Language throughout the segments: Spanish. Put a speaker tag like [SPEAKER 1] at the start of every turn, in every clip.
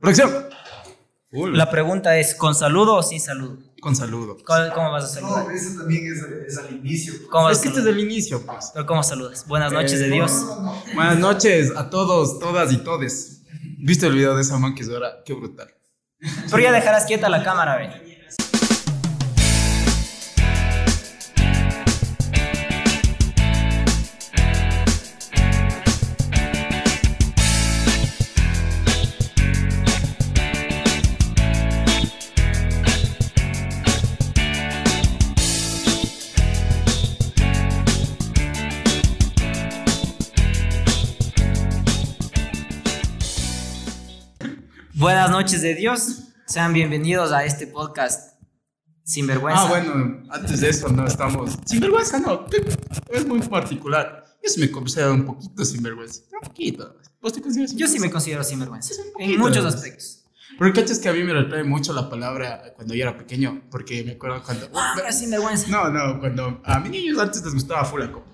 [SPEAKER 1] Producción.
[SPEAKER 2] La pregunta es, ¿con saludo o sin saludo?
[SPEAKER 1] Con saludo.
[SPEAKER 2] ¿Cómo, cómo vas a saludar?
[SPEAKER 3] No, eso también es, es al inicio.
[SPEAKER 2] ¿Cómo vas
[SPEAKER 1] Es
[SPEAKER 2] a
[SPEAKER 1] que este es
[SPEAKER 2] saludar?
[SPEAKER 1] el inicio, pues.
[SPEAKER 2] Pero ¿Cómo saludas? Buenas noches de
[SPEAKER 1] Eh,
[SPEAKER 2] Dios.
[SPEAKER 3] No, no, no.
[SPEAKER 1] Buenas noches a todos, todas y todes. ¿Viste el video de esa man que llora? Qué brutal.
[SPEAKER 2] Pero ya dejarás quieta la cámara, ve. Buenas noches de Dios. Sean bienvenidos a este podcast sin vergüenza.
[SPEAKER 1] Ah, bueno, antes de eso no estamos. Sinvergüenza, no. Es muy particular. Yo sí me considero un poquito sinvergüenza. Un poquito. ¿Vos te consideras
[SPEAKER 2] Yo sí me
[SPEAKER 1] sinvergüenza?
[SPEAKER 2] considero sinvergüenza.
[SPEAKER 1] Es un poquito,
[SPEAKER 2] En muchos
[SPEAKER 1] ¿no?
[SPEAKER 2] aspectos.
[SPEAKER 1] Pero cachas que a mí me retrae mucho la palabra cuando yo era pequeño. Porque me acuerdo cuando.
[SPEAKER 2] Ah, pero sinvergüenza.
[SPEAKER 1] No, no, cuando a mis niños antes les gustaba Fulaco.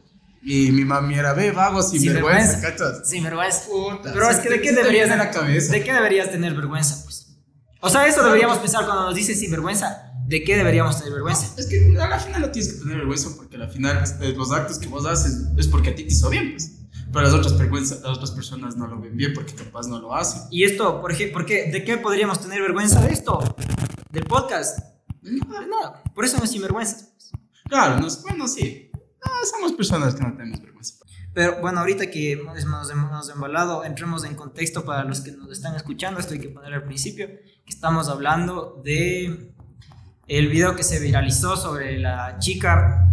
[SPEAKER 1] Y mi mami era, ve, vago, sinvergüenza,
[SPEAKER 2] Sinvergüenza.
[SPEAKER 1] cachas.
[SPEAKER 2] Sinvergüenza.
[SPEAKER 1] Puta,
[SPEAKER 2] Pero
[SPEAKER 1] se
[SPEAKER 2] es que de
[SPEAKER 1] te
[SPEAKER 2] qué
[SPEAKER 1] quita
[SPEAKER 2] deberías
[SPEAKER 1] en la cabeza.
[SPEAKER 2] ¿De qué deberías tener vergüenza, pues? O sea, eso deberíamos pensar cuando nos dicen sinvergüenza. ¿De qué deberíamos tener vergüenza?
[SPEAKER 1] Es que a la final no tienes que tener vergüenza porque al final este, los actos que vos haces es porque a ti te hizo bien, pues. Pero las otras, vergüenza- las otras personas no lo ven bien porque capaz no lo hacen.
[SPEAKER 2] Y esto, por ejemplo, ¿por qué? ¿de qué podríamos tener vergüenza de esto? Del podcast.
[SPEAKER 1] No, no.
[SPEAKER 2] Por eso no es sinvergüenza.
[SPEAKER 1] Claro, nos- bueno, sí. Ah, somos personas que no tenemos vergüenza.
[SPEAKER 2] Pero bueno, ahorita que hemos- nos hemos embalado, entremos en contexto para los que nos están escuchando. Esto hay que poner al principio. Que estamos hablando de el video que se viralizó sobre la chica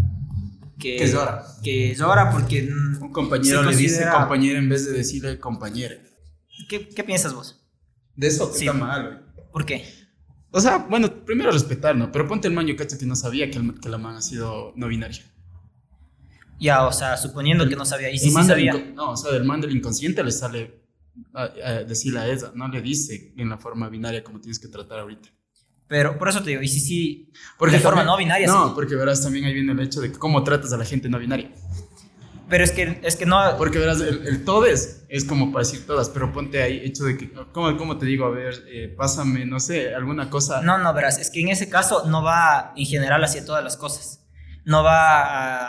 [SPEAKER 2] que,
[SPEAKER 1] Que llora.
[SPEAKER 2] que llora porque mm,
[SPEAKER 1] Un compañero
[SPEAKER 2] Eh, se
[SPEAKER 1] le dice
[SPEAKER 2] considera-
[SPEAKER 1] compañero en vez de decirle compañero.
[SPEAKER 2] ¿Qué, qué piensas vos?
[SPEAKER 1] De eso
[SPEAKER 2] Sí.
[SPEAKER 1] está mal, güey.
[SPEAKER 2] ¿Por qué?
[SPEAKER 1] O sea, bueno, primero respetar, ¿no? Pero ponte el maño, cacho, que no sabía que, el- que la man ha sido no binaria.
[SPEAKER 2] Ya, o sea, suponiendo que no sabía. Y
[SPEAKER 1] El
[SPEAKER 2] sí, sí
[SPEAKER 1] man del
[SPEAKER 2] sabía.
[SPEAKER 1] inco- no, o sea, del man del inconsciente le sale a, a decirle a esa, no le dice en la forma binaria como tienes que tratar ahorita.
[SPEAKER 2] Pero por eso te digo, y sí, sí. De forma no binaria,
[SPEAKER 1] No,
[SPEAKER 2] sí.
[SPEAKER 1] porque verás también ahí viene el hecho de que cómo tratas a la gente no binaria.
[SPEAKER 2] Pero es que, es que no.
[SPEAKER 1] Porque verás, el, el todes es como para decir todas, pero ponte ahí hecho de que, ¿cómo, cómo te digo? A ver, eh, pásame, no sé, alguna cosa.
[SPEAKER 2] No, no, verás. Es que en ese caso no va en general hacia todas las cosas. No va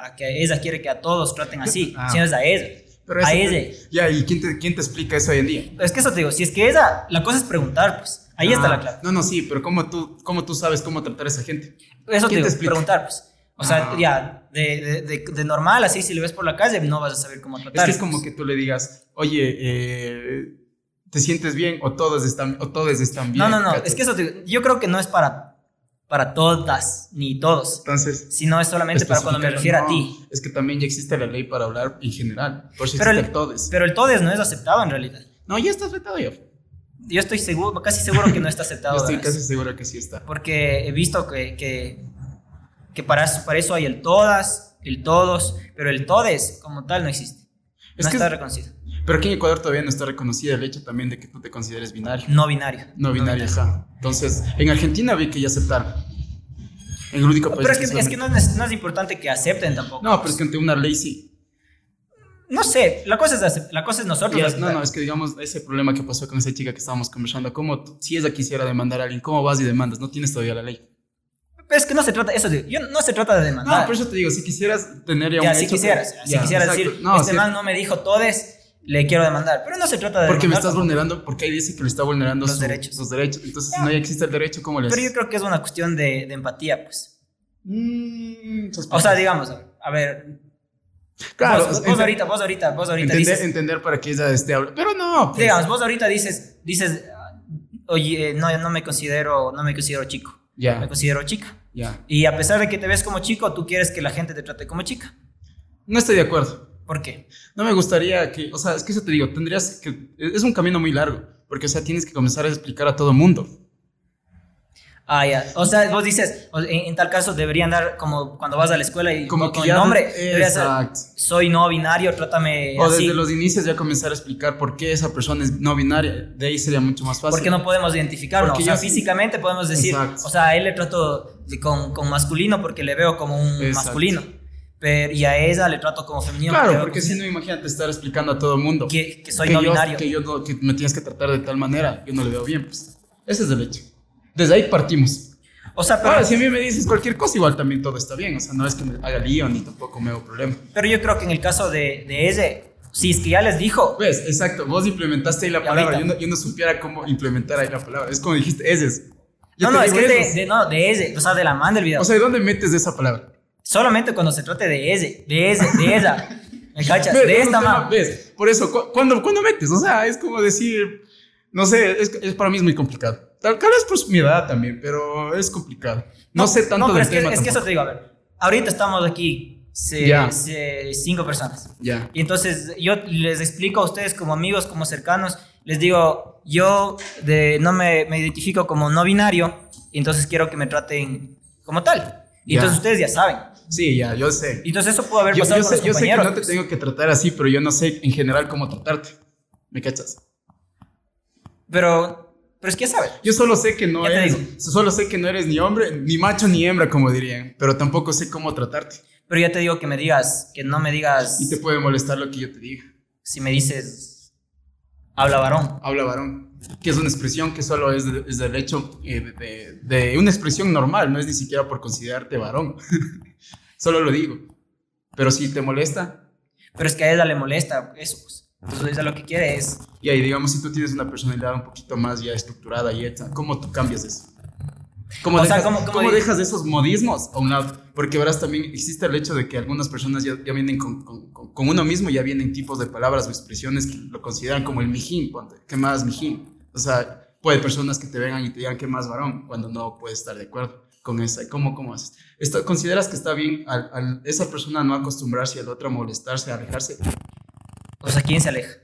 [SPEAKER 2] a, a que ella quiere que a todos traten así,
[SPEAKER 1] Ah.
[SPEAKER 2] sino es a ella.
[SPEAKER 1] Pero
[SPEAKER 2] a
[SPEAKER 1] eso-
[SPEAKER 2] ella.
[SPEAKER 1] Ya, ¿y quién te, quién te explica eso hoy en día?
[SPEAKER 2] Es que eso te digo, si es que ella, la cosa es preguntar, pues. Ahí está
[SPEAKER 1] Ah,
[SPEAKER 2] la clave.
[SPEAKER 1] No, no, sí, pero ¿cómo tú, cómo tú sabes cómo tratar a esa gente? ¿quién
[SPEAKER 2] Eso te
[SPEAKER 1] te
[SPEAKER 2] digo,
[SPEAKER 1] explica?
[SPEAKER 2] preguntar, pues. O sea,
[SPEAKER 1] Ah.
[SPEAKER 2] ya, de, de- de- de normal, así, si le ves por la calle, no vas a saber cómo
[SPEAKER 1] Es
[SPEAKER 2] tratar.
[SPEAKER 1] que es como que tú le digas, oye, eh, ¿te sientes bien o todos están, o todos están bien?
[SPEAKER 2] No, no, no.
[SPEAKER 1] ¿cachas?
[SPEAKER 2] Es que eso te digo, yo creo que no es para, para todas ni todos,
[SPEAKER 1] Entonces...
[SPEAKER 2] sino es solamente para cuando me refiero
[SPEAKER 1] especificarlo,
[SPEAKER 2] a ti.
[SPEAKER 1] no, Es que también ya existe la ley para hablar en general, por si
[SPEAKER 2] Pero
[SPEAKER 1] existe
[SPEAKER 2] el-
[SPEAKER 1] todes.
[SPEAKER 2] Pero el todes no es aceptado en realidad.
[SPEAKER 1] No, ya está vetado ya.
[SPEAKER 2] Yo estoy seguro, casi seguro que no está aceptado.
[SPEAKER 1] Yo estoy
[SPEAKER 2] ¿verdad?
[SPEAKER 1] casi seguro que sí está.
[SPEAKER 2] Porque he visto que, que, que para, eso, para eso hay el todas, el todos, pero el todes como tal no existe.
[SPEAKER 1] Es
[SPEAKER 2] no
[SPEAKER 1] que-
[SPEAKER 2] está reconocido.
[SPEAKER 1] Pero aquí en Ecuador todavía no está reconocida el hecho también de que tú te consideres binario.
[SPEAKER 2] No binario.
[SPEAKER 1] No binario, ajá. Entonces, en Argentina vi que ya aceptaron. En el único país
[SPEAKER 2] Pero es que, es
[SPEAKER 1] Pues solamente-
[SPEAKER 2] que no, es, no es importante que acepten tampoco.
[SPEAKER 1] No, pero es que ante una ley sí.
[SPEAKER 2] No sé, la cosa es, acep- la cosa es nosotros.
[SPEAKER 1] Ya,
[SPEAKER 2] aceptar.
[SPEAKER 1] no, no, es que digamos, ese problema que pasó con esa chica que estábamos conversando, ¿cómo tú- si ella quisiera demandar a alguien, cómo vas y demandas? No tienes todavía la ley.
[SPEAKER 2] Pero es que no se trata, eso digo, yo, no se trata de
[SPEAKER 1] No,
[SPEAKER 2] demandar.
[SPEAKER 1] por eso te digo, si quisieras tener ya,
[SPEAKER 2] ya,
[SPEAKER 1] un
[SPEAKER 2] si
[SPEAKER 1] hecho,
[SPEAKER 2] quisieras,
[SPEAKER 1] pues,
[SPEAKER 2] si
[SPEAKER 1] ya,
[SPEAKER 2] quisieras
[SPEAKER 1] exacto.
[SPEAKER 2] decir,
[SPEAKER 1] no,
[SPEAKER 2] este
[SPEAKER 1] sí,
[SPEAKER 2] man no me dijo todes, le quiero demandar. Pero no se trata de
[SPEAKER 1] porque me
[SPEAKER 2] demandar,
[SPEAKER 1] estás vulnerando, porque ahí dice que le está vulnerando
[SPEAKER 2] Los
[SPEAKER 1] su-
[SPEAKER 2] derechos.
[SPEAKER 1] sus derechos. Entonces,
[SPEAKER 2] Ya.
[SPEAKER 1] no ya existe el derecho, ¿cómo le
[SPEAKER 2] pues. Pero yo
[SPEAKER 1] haces?
[SPEAKER 2] creo que es una cuestión de, de empatía, pues.
[SPEAKER 1] Mm,
[SPEAKER 2] O
[SPEAKER 1] sospechoso.
[SPEAKER 2] sea, digamos, a ver,
[SPEAKER 1] claro,
[SPEAKER 2] vos, vos
[SPEAKER 1] ente-
[SPEAKER 2] ahorita, vos ahorita, vos ahorita
[SPEAKER 1] entender,
[SPEAKER 2] dices,
[SPEAKER 1] entender para que ella esté hablando. Pero no, pues,
[SPEAKER 2] digamos, vos ahorita dices, dices, ah, oye, eh, no, no me considero, no me considero chico, me
[SPEAKER 1] ya,
[SPEAKER 2] considero chica.
[SPEAKER 1] ya.
[SPEAKER 2] Y a pesar de que te ves como chico, tú quieres que la gente te trate como chica.
[SPEAKER 1] No estoy de acuerdo.
[SPEAKER 2] ¿Por qué?
[SPEAKER 1] No me gustaría que, o sea, es que eso te digo, tendrías que, es un camino muy largo, porque, o sea, tienes que comenzar a explicar a todo mundo.
[SPEAKER 2] Ah, ya. O sea, vos dices, o- en, en tal caso deberían dar como cuando vas a la escuela y
[SPEAKER 1] como
[SPEAKER 2] con-
[SPEAKER 1] que
[SPEAKER 2] con
[SPEAKER 1] ya
[SPEAKER 2] el nombre, deberías dar,
[SPEAKER 1] exacto
[SPEAKER 2] soy no binario, trátame
[SPEAKER 1] o
[SPEAKER 2] así.
[SPEAKER 1] desde los inicios ya comenzar a explicar por qué esa persona es no binaria de ahí sería mucho más fácil
[SPEAKER 2] Porque no podemos identificarlo.
[SPEAKER 1] Porque
[SPEAKER 2] o sea,
[SPEAKER 1] yo sí-
[SPEAKER 2] físicamente podemos decir,
[SPEAKER 1] Exacto.
[SPEAKER 2] o sea, a él le trato de- con, con masculino porque le veo como un
[SPEAKER 1] Exacto.
[SPEAKER 2] masculino. pero, y a ella le trato como femenino.
[SPEAKER 1] Claro,
[SPEAKER 2] veo
[SPEAKER 1] porque
[SPEAKER 2] como
[SPEAKER 1] si no, imagínate estar explicando a todo el mundo
[SPEAKER 2] que, que soy
[SPEAKER 1] que
[SPEAKER 2] no
[SPEAKER 1] yo,
[SPEAKER 2] binario.
[SPEAKER 1] que yo no- que me tienes que tratar de tal manera, yo no le veo bien, pues. Ese es el hecho. Desde ahí partimos.
[SPEAKER 2] o sea, pero,
[SPEAKER 1] Ahora, si a mí me dices cualquier cosa, igual también todo está bien. O sea, no es que me haga lío ni tampoco me hago problema.
[SPEAKER 2] pero yo creo que en el caso de, de ella, si es que ya les dijo,
[SPEAKER 1] Pues, exacto. Vos implementaste ahí la
[SPEAKER 2] Y
[SPEAKER 1] palabra. Yo
[SPEAKER 2] ahorita.
[SPEAKER 1] no, yo no supiera cómo implementar ahí la palabra. Es como dijiste, ese es. Yo
[SPEAKER 2] no,
[SPEAKER 1] te
[SPEAKER 2] no, es
[SPEAKER 1] digo
[SPEAKER 2] que
[SPEAKER 1] esos.
[SPEAKER 2] de, de- no, de ese, o sea, de la man del video.
[SPEAKER 1] O sea, ¿y dónde metes esa palabra?
[SPEAKER 2] Solamente cuando se trate de ese, de ese, de esa. ¿Me cachas?
[SPEAKER 1] ¿Ves?
[SPEAKER 2] De
[SPEAKER 1] Es un
[SPEAKER 2] esta
[SPEAKER 1] tema-
[SPEAKER 2] man.
[SPEAKER 1] ¿Ves? Por eso, cu- ¿cuándo, cuándo metes? O sea, es como decir, no sé, es, es- para mí es muy complicado. Tal tal vez por mi edad también, pero es complicado. No, sé tanto
[SPEAKER 2] pero
[SPEAKER 1] del
[SPEAKER 2] es que,
[SPEAKER 1] tema
[SPEAKER 2] es que eso
[SPEAKER 1] tampoco.
[SPEAKER 2] te digo, a ver. Ahorita estamos aquí, se-
[SPEAKER 1] Ya.
[SPEAKER 2] se- cinco personas.
[SPEAKER 1] Ya.
[SPEAKER 2] Y entonces yo les explico a ustedes como amigos, como cercanos, les digo, yo de, no me, me identifico como no binario, y entonces quiero que me traten como tal. Y
[SPEAKER 1] Ya.
[SPEAKER 2] entonces ustedes ya saben.
[SPEAKER 1] Sí, ya, yo sé.
[SPEAKER 2] Y entonces eso pudo haber
[SPEAKER 1] Yo,
[SPEAKER 2] pasado
[SPEAKER 1] yo
[SPEAKER 2] con
[SPEAKER 1] sé, yo
[SPEAKER 2] los
[SPEAKER 1] sé que
[SPEAKER 2] compañeros.
[SPEAKER 1] no te tengo que tratar así, pero yo no sé en general cómo tratarte. ¿Me cachas?
[SPEAKER 2] Pero, pero es que ya saben.
[SPEAKER 1] Yo solo sé que no
[SPEAKER 2] Ya te
[SPEAKER 1] eres,
[SPEAKER 2] digo.
[SPEAKER 1] solo sé que no eres ni hombre, ni macho ni hembra, como dirían, pero tampoco sé cómo tratarte
[SPEAKER 2] Pero ya te digo que me digas, que no me digas
[SPEAKER 1] y te puede molestar lo que yo te diga.
[SPEAKER 2] si me dices, habla varón.
[SPEAKER 1] Habla varón, que es una expresión que solo es, de- es del hecho eh, de, de- de una expresión normal, no es ni siquiera por considerarte varón. solo lo digo. Pero si te molesta,
[SPEAKER 2] Pero es que a ella le molesta eso. Pues. Entonces ella lo que quiere es,
[SPEAKER 1] y ahí digamos si tú tienes una personalidad un poquito más ya estructurada y hecha, ¿cómo tú cambias eso? ¿Cómo,
[SPEAKER 2] O sea,
[SPEAKER 1] dejas,
[SPEAKER 2] ¿cómo- cómo
[SPEAKER 1] cómo
[SPEAKER 2] di-
[SPEAKER 1] dejas esos modismos a un lado? Porque verás también existe el hecho de que algunas personas ya, ya vienen con, con- con- con uno mismo, ya vienen tipos de palabras o expresiones que lo consideran como el mijín, ponte, ¿qué más mijín? O sea, puede personas que te vengan y te digan que más varón, cuando no puedes estar de acuerdo con esa. ¿Cómo, cómo haces? Esto- ¿Consideras que está bien al, al- esa persona no acostumbrarse y al otro a molestarse, a alejarse?
[SPEAKER 2] o sea, pues, ¿quién se aleja?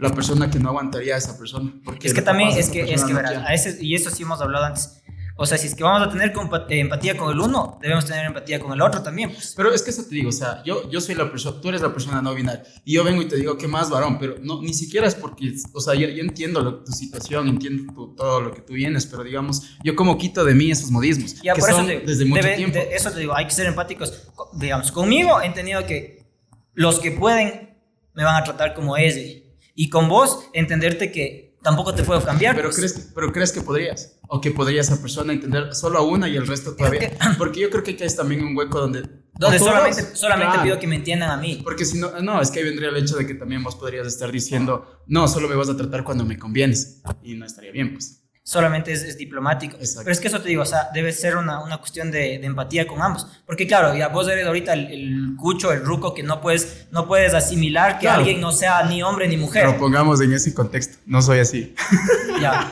[SPEAKER 1] La persona que no aguantaría a esa persona. Porque
[SPEAKER 2] Es que
[SPEAKER 1] la
[SPEAKER 2] también,
[SPEAKER 1] capaz
[SPEAKER 2] es
[SPEAKER 1] esa
[SPEAKER 2] que, es
[SPEAKER 1] persona
[SPEAKER 2] que
[SPEAKER 1] no
[SPEAKER 2] verás,
[SPEAKER 1] quiere.
[SPEAKER 2] a ese, y eso sí hemos hablado antes. O sea, si es que vamos a tener compa- eh, empatía con el uno, debemos tener empatía con el otro también. pues.
[SPEAKER 1] Pero es que eso te digo, o sea, yo, yo soy la persona, tú eres la persona no binaria, y yo vengo y te digo que más varón, pero no, ni siquiera es porque, o sea, yo, yo entiendo lo- tu situación, entiendo tu- todo lo que tú vienes, pero digamos, yo como quito de mí esos modismos,
[SPEAKER 2] Ya,
[SPEAKER 1] que
[SPEAKER 2] por
[SPEAKER 1] son
[SPEAKER 2] eso te digo,
[SPEAKER 1] desde mucho
[SPEAKER 2] debe-
[SPEAKER 1] tiempo.
[SPEAKER 2] de- eso te digo, hay que ser empáticos. Co- Digamos, conmigo he entendido que los que pueden me van a tratar como ese. Y con vos, entenderte que tampoco te puedo cambiar.
[SPEAKER 1] pero,
[SPEAKER 2] pues.
[SPEAKER 1] crees, que- pero crees que podrías, o que podría esa persona entender solo a una y el resto todavía, porque yo creo que aquí es también un hueco donde...
[SPEAKER 2] Donde
[SPEAKER 1] o todos,
[SPEAKER 2] solamente, solamente
[SPEAKER 1] claro.
[SPEAKER 2] pido que me entiendan a mí.
[SPEAKER 1] Porque si no, no, es que ahí vendría el hecho de que también vos podrías estar diciendo, no, solo me vas a tratar cuando me convienes, y no estaría bien, pues.
[SPEAKER 2] solamente es, es diplomático.
[SPEAKER 1] Exacto.
[SPEAKER 2] Pero es que eso te digo, o sea, debe ser una, una cuestión de, de empatía con ambos. Porque claro, ya vos eres ahorita el, el cucho, el ruco, que no puedes, no puedes asimilar que
[SPEAKER 1] Claro.
[SPEAKER 2] alguien no sea ni hombre ni
[SPEAKER 1] Pero
[SPEAKER 2] mujer.
[SPEAKER 1] pongamos en ese contexto, no soy así.
[SPEAKER 2] Ya,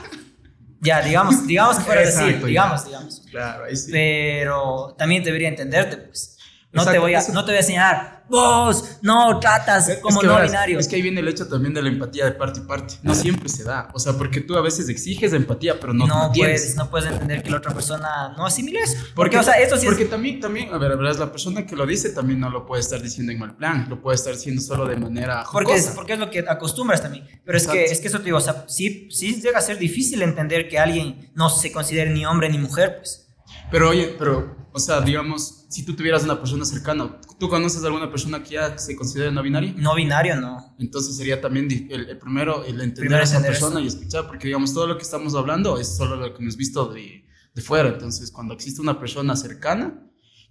[SPEAKER 2] ya digamos, digamos que fueras así,
[SPEAKER 1] Exacto, ya.
[SPEAKER 2] digamos, digamos.
[SPEAKER 1] Claro, ahí sí.
[SPEAKER 2] Pero también debería entenderte, pues. No, te
[SPEAKER 1] Exacto,
[SPEAKER 2] voy, a,
[SPEAKER 1] eso-
[SPEAKER 2] no te voy a señalar, vos no tratas como
[SPEAKER 1] que
[SPEAKER 2] no
[SPEAKER 1] verás,
[SPEAKER 2] binario.
[SPEAKER 1] Es que ahí viene el hecho también de la empatía de parte y parte. No siempre se da. O sea, porque tú a veces exiges empatía, pero no,
[SPEAKER 2] no,
[SPEAKER 1] no
[SPEAKER 2] puedes,
[SPEAKER 1] tienes.
[SPEAKER 2] no puedes entender que la otra persona no asimile eso. Porque,
[SPEAKER 1] Porque,
[SPEAKER 2] o sea, esto sí es-
[SPEAKER 1] porque también, también, a ver, verás, la persona que lo dice también no lo puede estar diciendo en mal plan, lo puede estar diciendo solo de manera
[SPEAKER 2] Porque es,
[SPEAKER 1] jocosa.
[SPEAKER 2] porque es lo que acostumbras también. Pero es que,
[SPEAKER 1] Exacto.
[SPEAKER 2] es que eso te digo, o sea, sí, sí llega a ser difícil entender que alguien no se considere ni hombre ni mujer, pues.
[SPEAKER 1] Pero oye, pero, o sea, digamos, si tú tuvieras una persona cercana, ¿tú conoces a alguna persona que ya se considera no binaria?
[SPEAKER 2] No binario, no.
[SPEAKER 1] Entonces sería también di- el, el primero el entender
[SPEAKER 2] Primero
[SPEAKER 1] a esa
[SPEAKER 2] entender
[SPEAKER 1] persona y escuchar, porque digamos, todo lo que estamos hablando es solo lo que hemos visto de, de fuera. Entonces, cuando existe una persona cercana,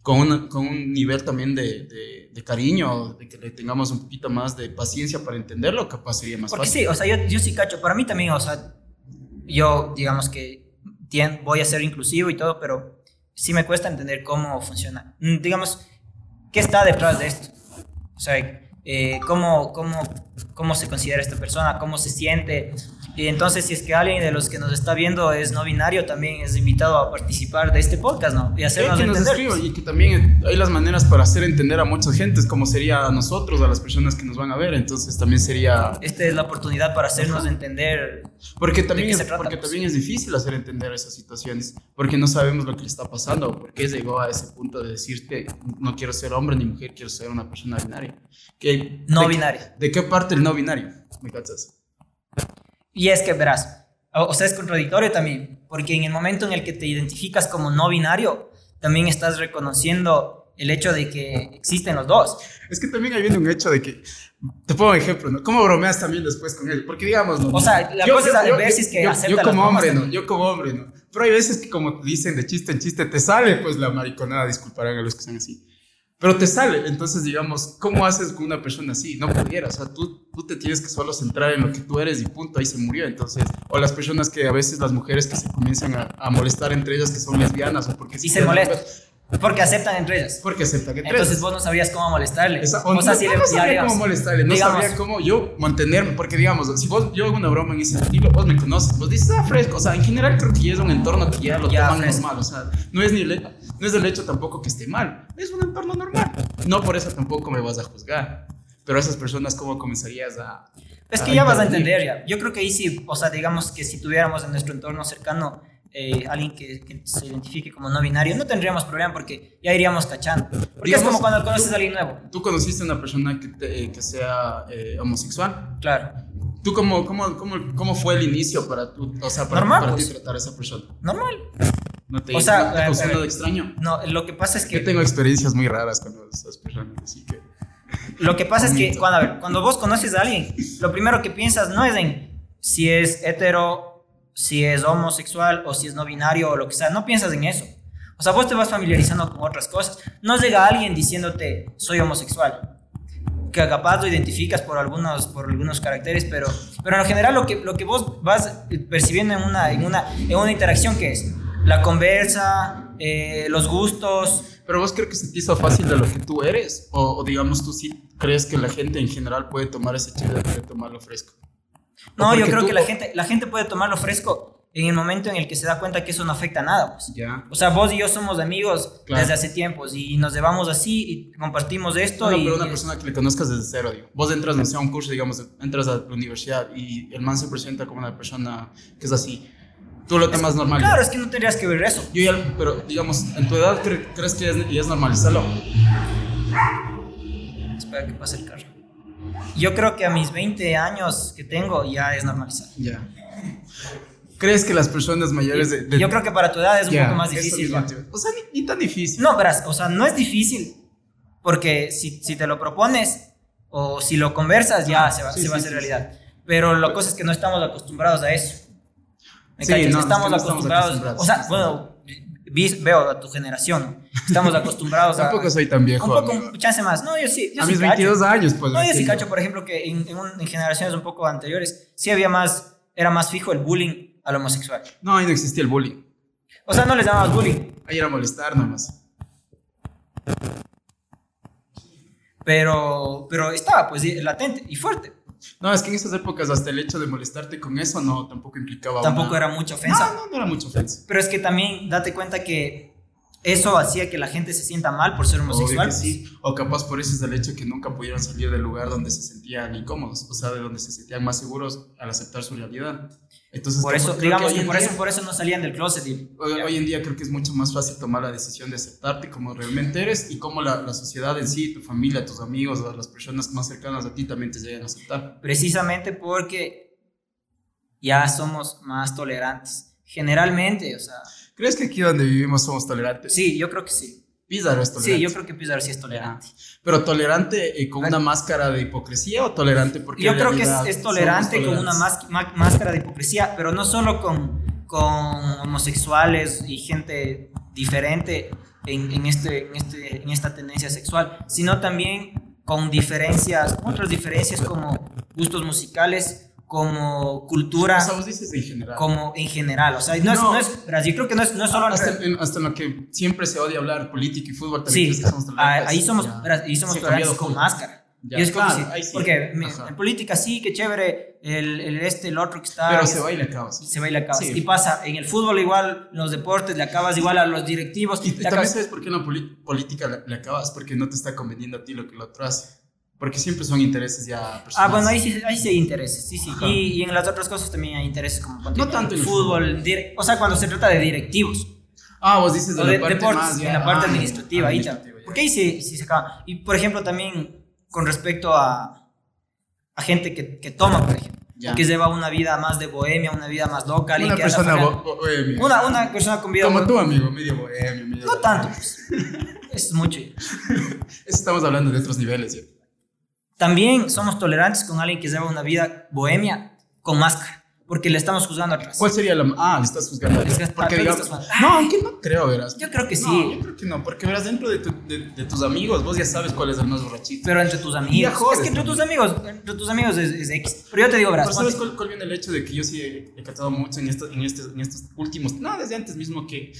[SPEAKER 1] con, una- con un nivel también de, de- de cariño, de que le tengamos un poquito más de paciencia para entenderlo, capaz sería más
[SPEAKER 2] Porque
[SPEAKER 1] fácil.
[SPEAKER 2] sí, o sea, yo, yo sí cacho. Para mí también, o sea, yo, digamos que tien- voy a ser inclusivo y todo, pero sí me cuesta entender cómo funciona. Mm, digamos, ¿qué está detrás de esto? O sea, eh, ¿cómo, cómo, cómo se considera esta persona, cómo se siente. Y entonces, si es que alguien de los que nos está viendo es no binario, también es invitado a participar de este podcast, ¿no? Y
[SPEAKER 1] Sí,
[SPEAKER 2] hacernos
[SPEAKER 1] Eh, que nos
[SPEAKER 2] entender.
[SPEAKER 1] escriban y que también eh, hay las maneras para hacer entender a muchas gentes, como sería a nosotros, a las personas que nos van a ver. Entonces, también sería
[SPEAKER 2] Esta es la oportunidad para hacernos entender.
[SPEAKER 1] Porque
[SPEAKER 2] ¿De
[SPEAKER 1] también,
[SPEAKER 2] qué
[SPEAKER 1] es,
[SPEAKER 2] se trata,
[SPEAKER 1] porque
[SPEAKER 2] pues?
[SPEAKER 1] también es difícil hacer entender esas situaciones, porque no sabemos lo que le está pasando, o por qué llegó a ese punto de decirte, no quiero ser hombre ni mujer, quiero ser una persona binaria. Que,
[SPEAKER 2] No
[SPEAKER 1] de-
[SPEAKER 2] binaria.
[SPEAKER 1] ¿De qué parte el no binario? ¿Me cachas?
[SPEAKER 2] Y es que verás, o, o sea, es contradictorio también, porque en el momento en el que te identificas como no binario, también estás reconociendo el hecho de que existen los dos.
[SPEAKER 1] Es que también ahí viene un hecho de que. Te pongo un ejemplo, ¿no? ¿Cómo bromeas también después con él? Porque digamos, ¿no?
[SPEAKER 2] O sea, la cosa es a ver si es que
[SPEAKER 1] yo-
[SPEAKER 2] acepta
[SPEAKER 1] yo
[SPEAKER 2] las
[SPEAKER 1] como
[SPEAKER 2] bromas
[SPEAKER 1] hombre, ¿no?
[SPEAKER 2] también.
[SPEAKER 1] Yo como hombre, ¿no? Pero hay veces que, como dicen de chiste en chiste, te sale pues la mariconada, disculparán a los que sean así. Pero te sale, entonces digamos, ¿cómo haces con una persona así? No pudiera, o sea, tú, tú te tienes que solo centrar en lo que tú eres y punto, ahí se murió. Entonces, o las personas que a veces las mujeres que se comienzan a, a molestar entre ellas que son lesbianas o porque
[SPEAKER 2] Y se molestan. Porque aceptan entre ellas.
[SPEAKER 1] Porque aceptan que
[SPEAKER 2] Entonces vos no sabías cómo molestarle.
[SPEAKER 1] esa-
[SPEAKER 2] o sea, si
[SPEAKER 1] no,
[SPEAKER 2] le
[SPEAKER 1] no sabría
[SPEAKER 2] digamos,
[SPEAKER 1] cómo molestarle, no
[SPEAKER 2] digamos,
[SPEAKER 1] sabría cómo yo mantenerme, porque digamos, si vos, yo hago una broma en ese estilo, vos me conoces, vos dices, ah, fresco, o sea, en general creo que ya es un entorno que ya lo
[SPEAKER 2] Ya,
[SPEAKER 1] toman
[SPEAKER 2] fresco.
[SPEAKER 1] normal, o sea, no es, ni le- no es el hecho tampoco que esté mal, es un entorno normal, no por eso tampoco me vas a juzgar, pero a esas personas cómo comenzarías a...
[SPEAKER 2] Es que
[SPEAKER 1] a
[SPEAKER 2] ya vas a
[SPEAKER 1] intervenir?
[SPEAKER 2] entender ya. Yo creo que ahí sí, o sea, digamos que si tuviéramos en nuestro entorno cercano eh, alguien que, que se identifique como no binario, no tendríamos problema porque ya iríamos cachando. Porque
[SPEAKER 1] Digamos,
[SPEAKER 2] es como cuando conoces a alguien nuevo.
[SPEAKER 1] Tú conociste a una persona que, te- eh, que sea eh, homosexual.
[SPEAKER 2] Claro.
[SPEAKER 1] ¿Tú cómo, cómo, cómo, cómo fue el inicio para, tu, o sea, para,
[SPEAKER 2] Normal,
[SPEAKER 1] para ti
[SPEAKER 2] pues.
[SPEAKER 1] tratar a esa persona?
[SPEAKER 2] Normal.
[SPEAKER 1] ¿No te,
[SPEAKER 2] O sea,
[SPEAKER 1] no te
[SPEAKER 2] eh,
[SPEAKER 1] causó
[SPEAKER 2] eh,
[SPEAKER 1] nada de extraño?
[SPEAKER 2] No, lo que pasa es
[SPEAKER 1] Yo
[SPEAKER 2] que.
[SPEAKER 1] tengo experiencias muy raras con esas personas, así que.
[SPEAKER 2] Lo que pasa es que
[SPEAKER 1] Bonito.
[SPEAKER 2] cuando, a ver, cuando vos conoces a alguien, lo primero que piensas no es en si es hetero, si es homosexual o si es no binario o lo que sea. No piensas en eso. O sea, vos te vas familiarizando con otras cosas. No llega alguien diciéndote soy homosexual. que capaz lo identificas por algunos, por algunos caracteres, pero, pero en general lo que, lo que vos vas eh, percibiendo en una, en una, en una interacción que es la conversa, eh, los gustos,
[SPEAKER 1] Pero vos crees que se te hizo fácil de lo que tú eres, o, o digamos tú sí crees que la gente en general puede tomar ese chile de puede tomarlo fresco. O
[SPEAKER 2] No, yo
[SPEAKER 1] porque
[SPEAKER 2] creo
[SPEAKER 1] tú-
[SPEAKER 2] que la gente, la gente puede tomarlo fresco en el momento en el que se da cuenta que eso no afecta a nada. pues.
[SPEAKER 1] Ya.
[SPEAKER 2] O sea, vos y yo somos amigos
[SPEAKER 1] Claro.
[SPEAKER 2] desde hace tiempos y nos llevamos así y compartimos esto.
[SPEAKER 1] No, no,
[SPEAKER 2] y,
[SPEAKER 1] pero una
[SPEAKER 2] y-
[SPEAKER 1] persona que le conozcas desde cero, digo. Vos entras, no sé, a un curso, digamos, entras a la universidad y el man se presenta como una persona que es así. Tú lo tomas normal.
[SPEAKER 2] Claro, es que no tendrías que ver eso.
[SPEAKER 1] Yo ya, pero digamos, en tu edad cre- crees que ya es, ya es normalizarlo.
[SPEAKER 2] Espera pues, que pase el carro. Yo creo que a mis 20 años que tengo ya es normalizado.
[SPEAKER 1] Ya. ¿Crees que las personas mayores de, de-
[SPEAKER 2] Yo creo que para tu edad es un
[SPEAKER 1] Ya,
[SPEAKER 2] poco más
[SPEAKER 1] eso
[SPEAKER 2] difícil.
[SPEAKER 1] mismo
[SPEAKER 2] ya.
[SPEAKER 1] te iba- O sea, ni, ni tan difícil.
[SPEAKER 2] No, verás, o sea, no es difícil porque si, si te lo propones o si lo conversas ya se va,
[SPEAKER 1] Sí,
[SPEAKER 2] se va a
[SPEAKER 1] sí,
[SPEAKER 2] hacer
[SPEAKER 1] sí,
[SPEAKER 2] realidad. Pero la cosa es que no estamos acostumbrados a eso. ¿Me
[SPEAKER 1] Sí,
[SPEAKER 2] cachas?
[SPEAKER 1] no, es que
[SPEAKER 2] estamos,
[SPEAKER 1] no estamos
[SPEAKER 2] acostumbrados,
[SPEAKER 1] acostumbrados.
[SPEAKER 2] O sea, bueno, vi- veo a tu generación. ¿no? Estamos acostumbrados a...
[SPEAKER 1] Tampoco soy tan viejo.
[SPEAKER 2] Un poco,
[SPEAKER 1] amigo.
[SPEAKER 2] un chance más. No, yo sí. Yo
[SPEAKER 1] a
[SPEAKER 2] sí
[SPEAKER 1] mis
[SPEAKER 2] cacho.
[SPEAKER 1] 22 años, pues.
[SPEAKER 2] No, yo sí
[SPEAKER 1] recién.
[SPEAKER 2] cacho, por ejemplo, que en, en un- en generaciones un poco anteriores sí había más, era más fijo el bullying al homosexual.
[SPEAKER 1] No, ahí no existía el bullying.
[SPEAKER 2] O sea, no les dabas bullying.
[SPEAKER 1] Ahí era molestar nomás.
[SPEAKER 2] Pero, pero estaba pues latente y fuerte.
[SPEAKER 1] No, es que en esas épocas hasta el hecho de molestarte con eso no tampoco implicaba.
[SPEAKER 2] Tampoco
[SPEAKER 1] una-
[SPEAKER 2] era mucha ofensa.
[SPEAKER 1] No, no, no era mucha ofensa.
[SPEAKER 2] Pero es que también date cuenta que eso hacía que la gente se sienta mal por ser
[SPEAKER 1] Obvio
[SPEAKER 2] homosexual.
[SPEAKER 1] que sí. O capaz por eso es el hecho que nunca pudieron salir del lugar donde se sentían incómodos, o sea, de donde se sentían más seguros al aceptar su realidad. Entonces,
[SPEAKER 2] Por
[SPEAKER 1] capaz-
[SPEAKER 2] eso,
[SPEAKER 1] creo
[SPEAKER 2] digamos
[SPEAKER 1] hoy
[SPEAKER 2] que
[SPEAKER 1] en
[SPEAKER 2] por
[SPEAKER 1] día-
[SPEAKER 2] eso, por eso no salían del closet. y-
[SPEAKER 1] Hoy, hoy en día creo que es mucho más fácil tomar la decisión de aceptarte como realmente eres y cómo la, la sociedad en sí, tu familia, tus amigos, o las personas más cercanas a ti también te llegan a aceptar.
[SPEAKER 2] Precisamente porque ya somos más tolerantes. Generalmente, o sea,
[SPEAKER 1] ¿Crees que aquí donde vivimos somos tolerantes?
[SPEAKER 2] sí, yo creo que sí.
[SPEAKER 1] Pizarro es tolerante.
[SPEAKER 2] Sí, yo creo que Pizarro sí es tolerante.
[SPEAKER 1] Pero tolerante eh, con una máscara de hipocresía o tolerante porque
[SPEAKER 2] Yo
[SPEAKER 1] en
[SPEAKER 2] creo que es,
[SPEAKER 1] realidad
[SPEAKER 2] es
[SPEAKER 1] somos
[SPEAKER 2] tolerante con una
[SPEAKER 1] tolerantes?
[SPEAKER 2] más- ma- máscara de hipocresía, pero no solo con, con homosexuales y gente diferente en, en este, en, este, en esta tendencia sexual, sino también con diferencias, con otras diferencias como gustos musicales, como cultura,
[SPEAKER 1] O sea, vos dices en general.
[SPEAKER 2] como en general. O sea, no es,
[SPEAKER 1] No.
[SPEAKER 2] no es- verás, yo creo que no es, no es solo...
[SPEAKER 1] Hasta en, hasta en lo que siempre se odia hablar, política y fútbol, también
[SPEAKER 2] Sí,
[SPEAKER 1] crees que somos tolerantes.
[SPEAKER 2] ah, ahí somos,
[SPEAKER 1] Ya.
[SPEAKER 2] verás, ahí somos
[SPEAKER 1] Se ha
[SPEAKER 2] tolerantes
[SPEAKER 1] cambiado
[SPEAKER 2] con
[SPEAKER 1] full.
[SPEAKER 2] máscara.
[SPEAKER 1] Ya,
[SPEAKER 2] Y es como
[SPEAKER 1] claro,
[SPEAKER 2] si-
[SPEAKER 1] ahí sí.
[SPEAKER 2] porque me-
[SPEAKER 1] Ajá.
[SPEAKER 2] en política sí, qué chévere, el, el este, el otro que está...
[SPEAKER 1] Pero
[SPEAKER 2] es-
[SPEAKER 1] se baila caos.
[SPEAKER 2] se baila cabas.
[SPEAKER 1] Sí.
[SPEAKER 2] Y pasa en el fútbol igual, en los deportes le acabas igual a los directivos.
[SPEAKER 1] Y, y
[SPEAKER 2] le
[SPEAKER 1] también
[SPEAKER 2] acabas-
[SPEAKER 1] sabes por qué en la poli- política la- le acabas, porque no te está conveniendo a ti lo que lo otro hace. Porque siempre son intereses ya
[SPEAKER 2] Ah,
[SPEAKER 1] personales.
[SPEAKER 2] bueno, ahí sí, ahí sí hay intereses, sí, sí.
[SPEAKER 1] Ajá.
[SPEAKER 2] Y, y en las otras cosas también hay intereses como ponte,
[SPEAKER 1] No tanto en el
[SPEAKER 2] fútbol, dire- o sea, cuando se trata de directivos,
[SPEAKER 1] Ah, vos dices de
[SPEAKER 2] o de
[SPEAKER 1] la parte
[SPEAKER 2] deportes,
[SPEAKER 1] más ya-
[SPEAKER 2] en la parte
[SPEAKER 1] ah,
[SPEAKER 2] administrativa, ahí está.
[SPEAKER 1] ya.
[SPEAKER 2] Porque ahí sí, sí se acaba. Y por ejemplo también con respecto a, a gente que, que toma, por ejemplo,
[SPEAKER 1] Ya.
[SPEAKER 2] que lleva una vida más de bohemia, una vida más loca, alguien
[SPEAKER 1] Una
[SPEAKER 2] que anda
[SPEAKER 1] persona
[SPEAKER 2] afuera-
[SPEAKER 1] bo- bohemia.
[SPEAKER 2] una, una persona con vida
[SPEAKER 1] Como
[SPEAKER 2] bo-
[SPEAKER 1] tú, amigo, medio bohemia. medio
[SPEAKER 2] No
[SPEAKER 1] bohemia.
[SPEAKER 2] tanto, pues. es mucho.
[SPEAKER 1] Estamos hablando de otros niveles. ya.
[SPEAKER 2] También somos tolerantes con alguien que lleva una vida bohemia con máscara, porque le estamos juzgando atrás.
[SPEAKER 1] ¿Cuál sería la.? Ah, le estás juzgando.
[SPEAKER 2] Es que-
[SPEAKER 1] Porque
[SPEAKER 2] ah, pero
[SPEAKER 1] digamos-
[SPEAKER 2] estás mal.
[SPEAKER 1] No, aunque no creo, verás.
[SPEAKER 2] Yo creo que sí,
[SPEAKER 1] No, yo creo que no, porque verás, dentro de, tu- de- de tus amigos, vos ya sabes cuál es el más borrachito.
[SPEAKER 2] pero entre tus amigos.
[SPEAKER 1] jodes,
[SPEAKER 2] es que entre tus amigos, entre tus amigos es, es X. Pero yo te digo, verás,
[SPEAKER 1] Pero ¿sabes
[SPEAKER 2] ponte-
[SPEAKER 1] cuál, cuál viene el hecho de que yo sí he, he catado mucho en, estos- en, este- en estos últimos, no, desde antes mismo que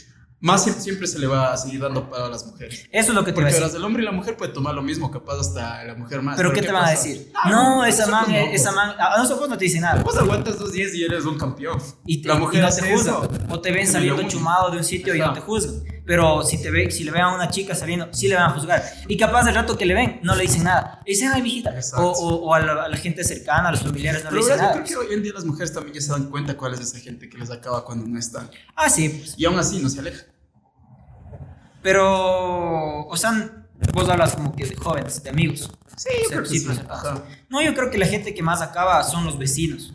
[SPEAKER 1] más sie- siempre se le va a seguir dando palo a las mujeres?
[SPEAKER 2] eso es lo que te iba
[SPEAKER 1] Porque
[SPEAKER 2] a decir.
[SPEAKER 1] verás, el hombre y la mujer puede tomar lo mismo, capaz hasta la mujer más.
[SPEAKER 2] ¿Pero qué
[SPEAKER 1] ¿qué
[SPEAKER 2] te van a
[SPEAKER 1] pasa?
[SPEAKER 2] decir?
[SPEAKER 1] Ah,
[SPEAKER 2] No, esa
[SPEAKER 1] nosotros
[SPEAKER 2] man,
[SPEAKER 1] no,
[SPEAKER 2] esa
[SPEAKER 1] pues.
[SPEAKER 2] man, a a nosotros no te dice nada.
[SPEAKER 1] Vos aguantas dos días y eres un campeón.
[SPEAKER 2] Y te-
[SPEAKER 1] la
[SPEAKER 2] y
[SPEAKER 1] mujer
[SPEAKER 2] no te
[SPEAKER 1] hace eso.
[SPEAKER 2] juzgan. O te ven
[SPEAKER 1] Pero
[SPEAKER 2] saliendo
[SPEAKER 1] lo único-
[SPEAKER 2] chumado de un sitio y no
[SPEAKER 1] Ajá.
[SPEAKER 2] te juzgan. Pero si te ve, si le ven a una chica saliendo, sí le van a juzgar. Y capaz el rato que le ven, no le dicen nada. Le dicen, ay, mijita.
[SPEAKER 1] Exacto.
[SPEAKER 2] O, o- o a, la, a la gente cercana, a los familiares, no le
[SPEAKER 1] Pero
[SPEAKER 2] dicen
[SPEAKER 1] verás, yo
[SPEAKER 2] nada.
[SPEAKER 1] creo que hoy en día las mujeres también ya se dan cuenta cuál es esa gente que les acaba cuando no están.
[SPEAKER 2] Ah, sí, pues.
[SPEAKER 1] Y aún así no se aleja.
[SPEAKER 2] Pero, o sea, vos hablas como que de jóvenes, de amigos.
[SPEAKER 1] Sí,
[SPEAKER 2] yo creo que sí.
[SPEAKER 1] Ajá.
[SPEAKER 2] No, yo creo que la gente que más acaba son los vecinos.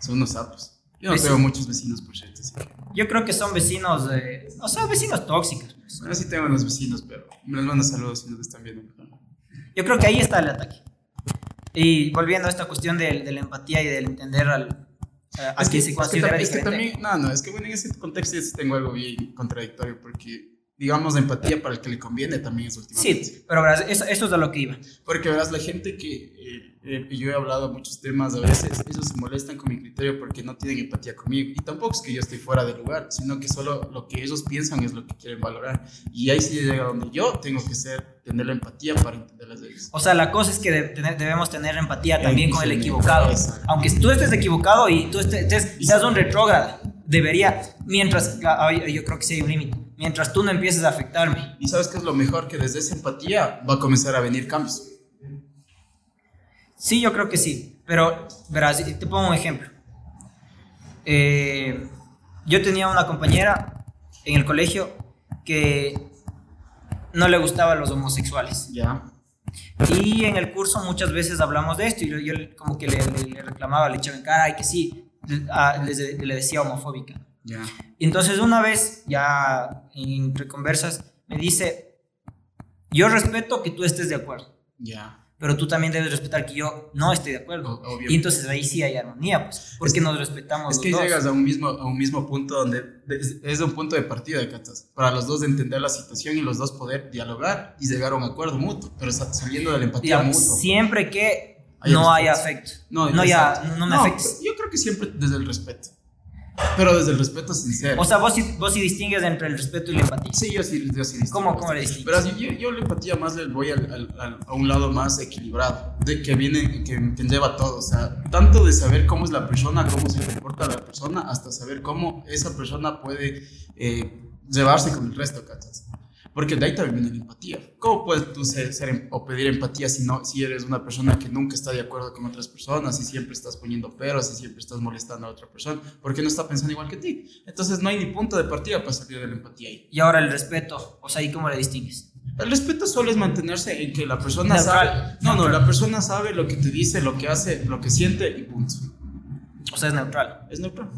[SPEAKER 1] Son unos sapos. Yo no
[SPEAKER 2] Vecinos.
[SPEAKER 1] tengo muchos vecinos, por cierto. así que-
[SPEAKER 2] Yo creo que son vecinos, eh, o sea, vecinos tóxicos. pues.
[SPEAKER 1] Bueno, sí tengo unos vecinos, pero me les mando saludos si nos están viendo. ¿no?
[SPEAKER 2] Yo creo que ahí está el ataque. Y volviendo a esta cuestión del- de, la empatía y del entender al, a, a
[SPEAKER 1] Es que,
[SPEAKER 2] quien se
[SPEAKER 1] es que
[SPEAKER 2] considera
[SPEAKER 1] tam- es que
[SPEAKER 2] diferente.
[SPEAKER 1] también, no, no, es que bueno, en ese contexto yo sí tengo algo bien contradictorio, porque digamos empatía para el que le conviene también es últimamente.
[SPEAKER 2] Sí, pero verás, eso, eso es de lo que iba.
[SPEAKER 1] Porque verás, la gente que eh, eh, yo he hablado muchos temas a veces, ellos se molestan con mi criterio porque no tienen empatía conmigo. Y tampoco es que yo estoy fuera de lugar, sino que solo lo que ellos piensan es lo que quieren valorar. Y ahí sí llega donde yo tengo que ser, tener la empatía para entenderles a ellos.
[SPEAKER 2] O sea, la cosa es que de- tener- debemos tener empatía
[SPEAKER 1] Eh,
[SPEAKER 2] también con el
[SPEAKER 1] sí,
[SPEAKER 2] equivocado.
[SPEAKER 1] exacto.
[SPEAKER 2] Aunque tú estés equivocado y tú estés, estés-
[SPEAKER 1] Y
[SPEAKER 2] seas
[SPEAKER 1] sí.
[SPEAKER 2] un retrógrado, debería, mientras, ah, ah, yo, yo creo que sí hay un límite, mientras tú no empieces a afectarme.
[SPEAKER 1] Y sabes que es lo mejor que desde esa empatía va a comenzar a venir cambios.
[SPEAKER 2] Sí, yo creo que sí, pero verás, y te pongo un ejemplo. Eh, yo tenía una compañera en el colegio que no le gustaban los homosexuales.
[SPEAKER 1] Ya.
[SPEAKER 2] Y en el curso muchas veces hablamos de esto y yo, yo le- como que le, le- le reclamaba, le echaba en cara, ay que sí, le, ah, les de- le decía homofóbica.
[SPEAKER 1] Ya.
[SPEAKER 2] Y entonces una vez, ya entre conversas, me dice, yo respeto que tú estés de acuerdo,
[SPEAKER 1] Ya.
[SPEAKER 2] pero tú también debes respetar que yo no estoy de acuerdo.
[SPEAKER 1] O- obvio.
[SPEAKER 2] Y entonces ahí sí hay armonía, pues, porque nos respetamos
[SPEAKER 1] Es que
[SPEAKER 2] los dos.
[SPEAKER 1] llegas a un mismo, a un mismo punto donde es, es un punto de partida, ¿cachas? Para los dos de entender la situación y los dos poder dialogar y llegar a un acuerdo mutuo, pero sa- saliendo de la empatía
[SPEAKER 2] Digamos,
[SPEAKER 1] mutua.
[SPEAKER 2] siempre que
[SPEAKER 1] Hay
[SPEAKER 2] no haya
[SPEAKER 1] respeto.
[SPEAKER 2] afecto. No, ya,
[SPEAKER 1] exacto. pues,
[SPEAKER 2] no, no me afectes.
[SPEAKER 1] Yo creo que siempre desde el respeto, pero desde el respeto sincero.
[SPEAKER 2] O sea, vos sí, vos sí distingues entre el respeto y la empatía.
[SPEAKER 1] sí, yo sí, yo sí
[SPEAKER 2] ¿Cómo-
[SPEAKER 1] distingo
[SPEAKER 2] cómo le distingues?
[SPEAKER 1] Pero así, yo, yo la empatía más le voy al- al- al- a un lado más equilibrado, de que viene, que, que lleva todo, o sea, tanto de saber cómo es la persona, cómo se comporta la persona, hasta saber cómo esa persona puede eh, llevarse con el resto, ¿cachas? Porque de ahí también viene la empatía. ¿Cómo puedes tú ser, ser em- o pedir empatía si, no, si eres una persona que nunca está de acuerdo con otras personas, si siempre estás poniendo peros, si siempre estás molestando a otra persona, porque no está pensando igual que ti? Entonces no hay ni punto de partida para salir de la empatía ahí.
[SPEAKER 2] Y ahora el respeto, o sea, ¿y cómo le distingues?
[SPEAKER 1] El respeto solo es mantenerse en que la persona
[SPEAKER 2] Neutral.
[SPEAKER 1] sabe. No, no,
[SPEAKER 2] Neutral.
[SPEAKER 1] la persona sabe lo que te dice, lo que hace, lo que siente y punto.
[SPEAKER 2] O sea, es neutral.
[SPEAKER 1] Es neutral.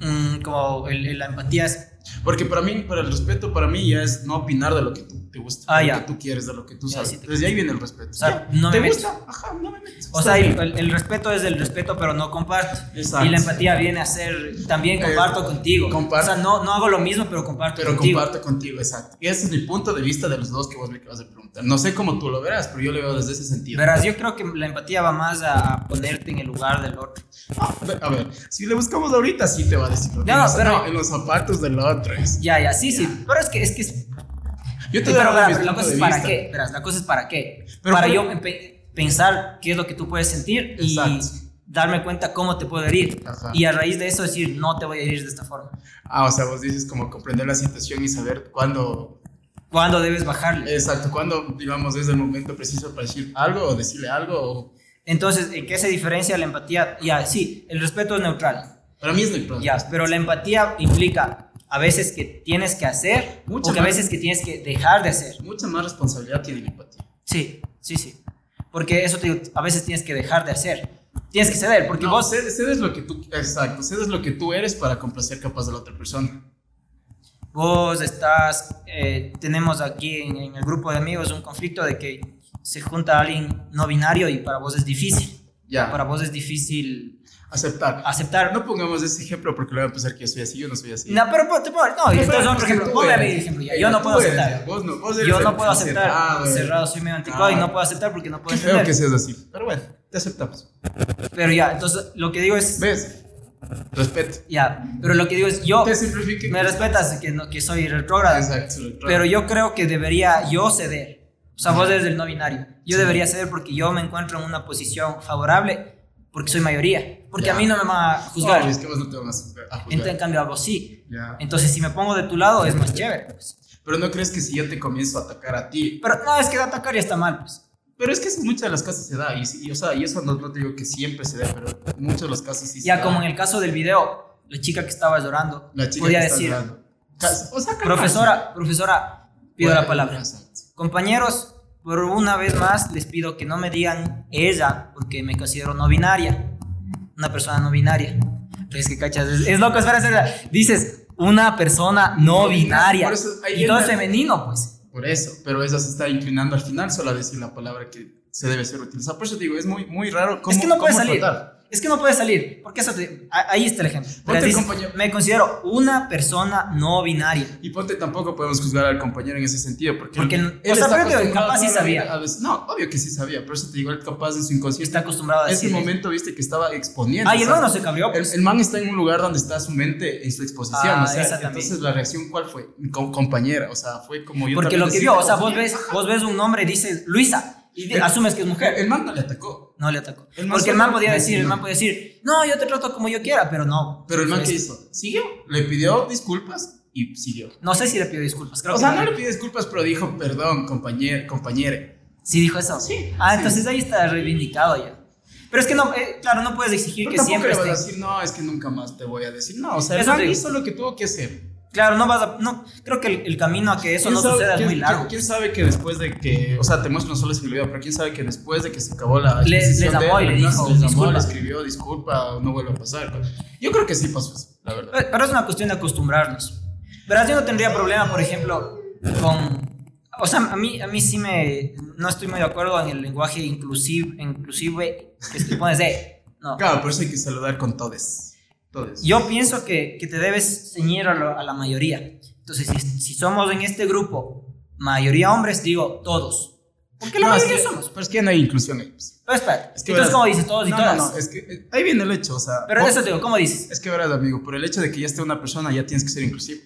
[SPEAKER 2] Mm, como el- el- la empatía es...
[SPEAKER 1] Porque para mí, para el respeto, para mí ya es no opinar de lo que tú te gusta,
[SPEAKER 2] Ah,
[SPEAKER 1] de lo
[SPEAKER 2] ya.
[SPEAKER 1] que tú quieres, de lo que tú
[SPEAKER 2] Ya,
[SPEAKER 1] sabes.
[SPEAKER 2] sí te
[SPEAKER 1] Desde ahí viene el respeto.
[SPEAKER 2] O sea,
[SPEAKER 1] Ya,
[SPEAKER 2] no me
[SPEAKER 1] ¿Te
[SPEAKER 2] meto.
[SPEAKER 1] gusta? Ajá, no me meto.
[SPEAKER 2] O sea, el, el- el respeto es el respeto, pero no comparto.
[SPEAKER 1] Exacto.
[SPEAKER 2] Y la empatía viene a ser, también comparto
[SPEAKER 1] Eh,
[SPEAKER 2] contigo.
[SPEAKER 1] comparto.
[SPEAKER 2] O sea, no, no hago lo mismo, pero comparto
[SPEAKER 1] Pero
[SPEAKER 2] contigo.
[SPEAKER 1] comparto contigo, exacto. Y ese es mi punto de vista de los dos que vos me acabas de preguntar. No sé cómo tú lo verás, pero yo lo veo desde ese sentido.
[SPEAKER 2] Verás, yo creo que la empatía va más a ponerte en el lugar del otro.
[SPEAKER 1] Ah, a ver, a ver, si le buscamos ahorita, sí te va a decir. lo
[SPEAKER 2] Ya,
[SPEAKER 1] mismo.
[SPEAKER 2] pero-
[SPEAKER 1] No, en los zapatos del otro. es-
[SPEAKER 2] Ya, ya, sí, sí. Pero es que es... Que es
[SPEAKER 1] Yo te
[SPEAKER 2] pero,
[SPEAKER 1] doy
[SPEAKER 2] verás,
[SPEAKER 1] mi
[SPEAKER 2] pero la
[SPEAKER 1] punto
[SPEAKER 2] cosa
[SPEAKER 1] de
[SPEAKER 2] es para
[SPEAKER 1] vista.
[SPEAKER 2] qué. Verás, la cosa es para qué.
[SPEAKER 1] Pero
[SPEAKER 2] para
[SPEAKER 1] por-
[SPEAKER 2] yo empe- pensar qué es lo que tú puedes sentir
[SPEAKER 1] Exacto.
[SPEAKER 2] y darme cuenta cómo te puedo herir.
[SPEAKER 1] Ajá.
[SPEAKER 2] Y a raíz de eso decir, no te voy a herir de esta forma.
[SPEAKER 1] Ah, o sea, vos dices como comprender la situación y saber cuándo,
[SPEAKER 2] ¿Cuándo debes bajarle?
[SPEAKER 1] exacto, cuándo, digamos, es el momento preciso para decir algo o decirle algo. o-
[SPEAKER 2] Entonces, ¿en qué se diferencia la empatía? Ya, sí, el respeto es neutral.
[SPEAKER 1] Para mí es neutral.
[SPEAKER 2] Ya, pero la empatía implica a veces que tienes que hacer
[SPEAKER 1] Mucho
[SPEAKER 2] o que a
[SPEAKER 1] más.
[SPEAKER 2] veces que tienes que dejar de hacer.
[SPEAKER 1] Mucha más responsabilidad tiene la empatía.
[SPEAKER 2] Sí, sí, sí. Porque eso te digo, a veces tienes que dejar de hacer. Tienes que ceder, porque
[SPEAKER 1] No,
[SPEAKER 2] vos
[SPEAKER 1] cedes, cedes lo que tú, exacto, cedes lo que tú eres para complacer capaz de la otra persona.
[SPEAKER 2] vos estás, eh, tenemos aquí en, en el grupo de amigos un conflicto de que se junta alguien no binario y para vos es difícil.
[SPEAKER 1] Ya,
[SPEAKER 2] Para Ah. vos es difícil
[SPEAKER 1] aceptar.
[SPEAKER 2] aceptar. No,
[SPEAKER 1] No pongamos ese ejemplo porque lo van a pensar que yo soy así, yo no soy así.
[SPEAKER 2] pero po- te pongo- no, y esto es
[SPEAKER 1] pero
[SPEAKER 2] otro ejemplo.
[SPEAKER 1] tú
[SPEAKER 2] Ponme a mí
[SPEAKER 1] eres.
[SPEAKER 2] el ejemplo ya.
[SPEAKER 1] Ey,
[SPEAKER 2] Yo no
[SPEAKER 1] tú
[SPEAKER 2] puedo
[SPEAKER 1] eres.
[SPEAKER 2] aceptar.
[SPEAKER 1] Vos no, vos eres
[SPEAKER 2] Yo
[SPEAKER 1] el
[SPEAKER 2] no puedo aceptar.
[SPEAKER 1] cerrado,
[SPEAKER 2] Cerrado,
[SPEAKER 1] eres.
[SPEAKER 2] soy medio anticuado y
[SPEAKER 1] Ah.
[SPEAKER 2] no puedo aceptar porque no puedo
[SPEAKER 1] Qué feo que
[SPEAKER 2] entender.
[SPEAKER 1] seas así. Pero bueno, te aceptamos.
[SPEAKER 2] Pero ya, entonces lo que digo es.
[SPEAKER 1] ¿Ves? Respeto.
[SPEAKER 2] Ya, pero lo que digo es, yo
[SPEAKER 1] Te simplifique.
[SPEAKER 2] Oh, me respetas que, no, que soy retrógrado,
[SPEAKER 1] Exacto. claro.
[SPEAKER 2] pero yo creo que debería yo ceder. O sea, vos eres del no binario. Yo
[SPEAKER 1] Sí.
[SPEAKER 2] debería ceder porque yo me encuentro en una posición favorable porque soy mayoría. Porque
[SPEAKER 1] Ya.
[SPEAKER 2] a mí no me van a juzgar.
[SPEAKER 1] Oye, es que vos no te vas a a
[SPEAKER 2] Ent-
[SPEAKER 1] juzgar.
[SPEAKER 2] en cambio, a vos sí.
[SPEAKER 1] Ya.
[SPEAKER 2] Entonces, si me pongo de tu lado, es más chévere. pues.
[SPEAKER 1] Pero no crees que si yo te comienzo a atacar a ti.
[SPEAKER 2] Pero no, es que de atacar ya está mal. Pues.
[SPEAKER 1] Pero es que en muchas de las casas se da. Y, sí, y, o sea, y eso no, no te digo que siempre se da, pero en muchas de las casas sí se
[SPEAKER 2] Ya
[SPEAKER 1] da.
[SPEAKER 2] como en el caso del video, la chica que estaba llorando,
[SPEAKER 1] La chica
[SPEAKER 2] podía
[SPEAKER 1] que está
[SPEAKER 2] decir,
[SPEAKER 1] llorando. Cas- O sea, calmarse.
[SPEAKER 2] profesora, profesora, pido
[SPEAKER 1] Bueno,
[SPEAKER 2] la palabra.
[SPEAKER 1] exacto.
[SPEAKER 2] Compañeros, por una vez más les pido que no me digan ella, porque me considero no binaria. Una persona no binaria. Pero Es que cachas, es, es loco, espera, espera. Dices, una persona no binaria.
[SPEAKER 1] Por eso, ahí
[SPEAKER 2] Y todo es
[SPEAKER 1] entra-
[SPEAKER 2] femenino, pues.
[SPEAKER 1] Por eso, pero ella se está inclinando al final solo a decir la palabra que se debe ser utilizada. Por eso digo, es muy, muy raro cómo,
[SPEAKER 2] que no puede
[SPEAKER 1] cómo
[SPEAKER 2] salir.
[SPEAKER 1] tratar.
[SPEAKER 2] Es que no puede salir, porque eso te- a- ahí está el ejemplo.
[SPEAKER 1] Ponte
[SPEAKER 2] Pero dices,
[SPEAKER 1] compañero.
[SPEAKER 2] me considero una persona no binaria.
[SPEAKER 1] Y ponte, tampoco podemos juzgar al compañero en ese sentido, porque,
[SPEAKER 2] Porque,
[SPEAKER 1] él-
[SPEAKER 2] o
[SPEAKER 1] él
[SPEAKER 2] sea,
[SPEAKER 1] está
[SPEAKER 2] pero te digo,
[SPEAKER 1] acostumbrado
[SPEAKER 2] capaz sí
[SPEAKER 1] solo a-
[SPEAKER 2] sabía.
[SPEAKER 1] a veces- no, obvio que sí sabía, por eso te digo, él capaz en su
[SPEAKER 2] Y
[SPEAKER 1] inconsciente.
[SPEAKER 2] está acostumbrado a
[SPEAKER 1] ese
[SPEAKER 2] decir.
[SPEAKER 1] momento, viste, que estaba exponiendo.
[SPEAKER 2] Ay,
[SPEAKER 1] o
[SPEAKER 2] el
[SPEAKER 1] sea,
[SPEAKER 2] hermano se cambió.
[SPEAKER 1] el,
[SPEAKER 2] Pues.
[SPEAKER 1] el man está en un lugar donde está su mente en su exposición.
[SPEAKER 2] Ah,
[SPEAKER 1] o sea,
[SPEAKER 2] esa también.
[SPEAKER 1] entonces la reacción, ¿cuál fue? Con, compañera, o sea, fue como yo.
[SPEAKER 2] Porque
[SPEAKER 1] también
[SPEAKER 2] lo que
[SPEAKER 1] decir,
[SPEAKER 2] vio, o sea, vos
[SPEAKER 1] compañera.
[SPEAKER 2] ves, vos ves un nombre y dices Luisa y de-
[SPEAKER 1] El-
[SPEAKER 2] asumes que es mujer.
[SPEAKER 1] El man no le atacó,
[SPEAKER 2] No le atacó.
[SPEAKER 1] El man
[SPEAKER 2] Porque el
[SPEAKER 1] solo-
[SPEAKER 2] man podía decir, el man
[SPEAKER 1] no.
[SPEAKER 2] podía decir, no, yo te trato como yo quiera, pero no.
[SPEAKER 1] pero el man que
[SPEAKER 2] Es-
[SPEAKER 1] hizo, siguió, le pidió disculpas y siguió.
[SPEAKER 2] No sé si le pidió disculpas, creo
[SPEAKER 1] o
[SPEAKER 2] que
[SPEAKER 1] sea,
[SPEAKER 2] no.
[SPEAKER 1] no le pidió disculpas, pero dijo, perdón, compañero, compañere.
[SPEAKER 2] Sí dijo eso.
[SPEAKER 1] Sí,
[SPEAKER 2] Ah,
[SPEAKER 1] sí.
[SPEAKER 2] entonces ahí está reivindicado ya. Pero es que no, eh, claro, no puedes exigir
[SPEAKER 1] Pero
[SPEAKER 2] que
[SPEAKER 1] tampoco
[SPEAKER 2] siempre
[SPEAKER 1] le vas a
[SPEAKER 2] esté.
[SPEAKER 1] decir, no, es que nunca más te voy a decir. No, o sea, el
[SPEAKER 2] Eso
[SPEAKER 1] man
[SPEAKER 2] te digo.
[SPEAKER 1] hizo lo que tuvo que hacer.
[SPEAKER 2] Claro, no vas a. No, creo que el, el camino a que eso
[SPEAKER 1] ¿Quién
[SPEAKER 2] no
[SPEAKER 1] sabe-
[SPEAKER 2] suceda es
[SPEAKER 1] quién-
[SPEAKER 2] muy largo.
[SPEAKER 1] ¿Quién sabe que después de que, o sea, te muestran solo ese video, pero quién sabe que después de que se acabó la
[SPEAKER 2] Le-
[SPEAKER 1] exposición
[SPEAKER 2] les llamó y le
[SPEAKER 1] ¿no?
[SPEAKER 2] dijo,
[SPEAKER 1] les llamó,
[SPEAKER 2] "Disculpa".
[SPEAKER 1] le escribió, disculpa, no vuelve a pasar. Yo creo que sí pasó eso, la verdad.
[SPEAKER 2] Pe- Eh, Pero es una cuestión de acostumbrarnos. Verás, yo no tendría problema, por ejemplo, con... O sea, a mí, a mí sí me... No estoy muy de acuerdo en el lenguaje inclusive, inclusive que te pones de... No.
[SPEAKER 1] Claro, por eso hay que saludar con todes. Todes.
[SPEAKER 2] Yo pienso que, que te debes ceñir a, lo- a la mayoría. Entonces, si, si somos en este grupo, mayoría hombres, digo todos. Porque la
[SPEAKER 1] No, es
[SPEAKER 2] mayoría
[SPEAKER 1] que-
[SPEAKER 2] somos.
[SPEAKER 1] Pero es que no hay inclusión ahí. pues.
[SPEAKER 2] Pero espera,
[SPEAKER 1] Es que
[SPEAKER 2] entonces,
[SPEAKER 1] verás-
[SPEAKER 2] ¿cómo dices todos y
[SPEAKER 1] no, no,
[SPEAKER 2] todas?
[SPEAKER 1] no, es que eh, ahí viene el hecho, o sea.
[SPEAKER 2] Pero
[SPEAKER 1] vos-
[SPEAKER 2] eso te digo, ¿cómo dices?
[SPEAKER 1] Es que verás, amigo, por el hecho de que ya esté una persona, ya tienes que ser inclusivo.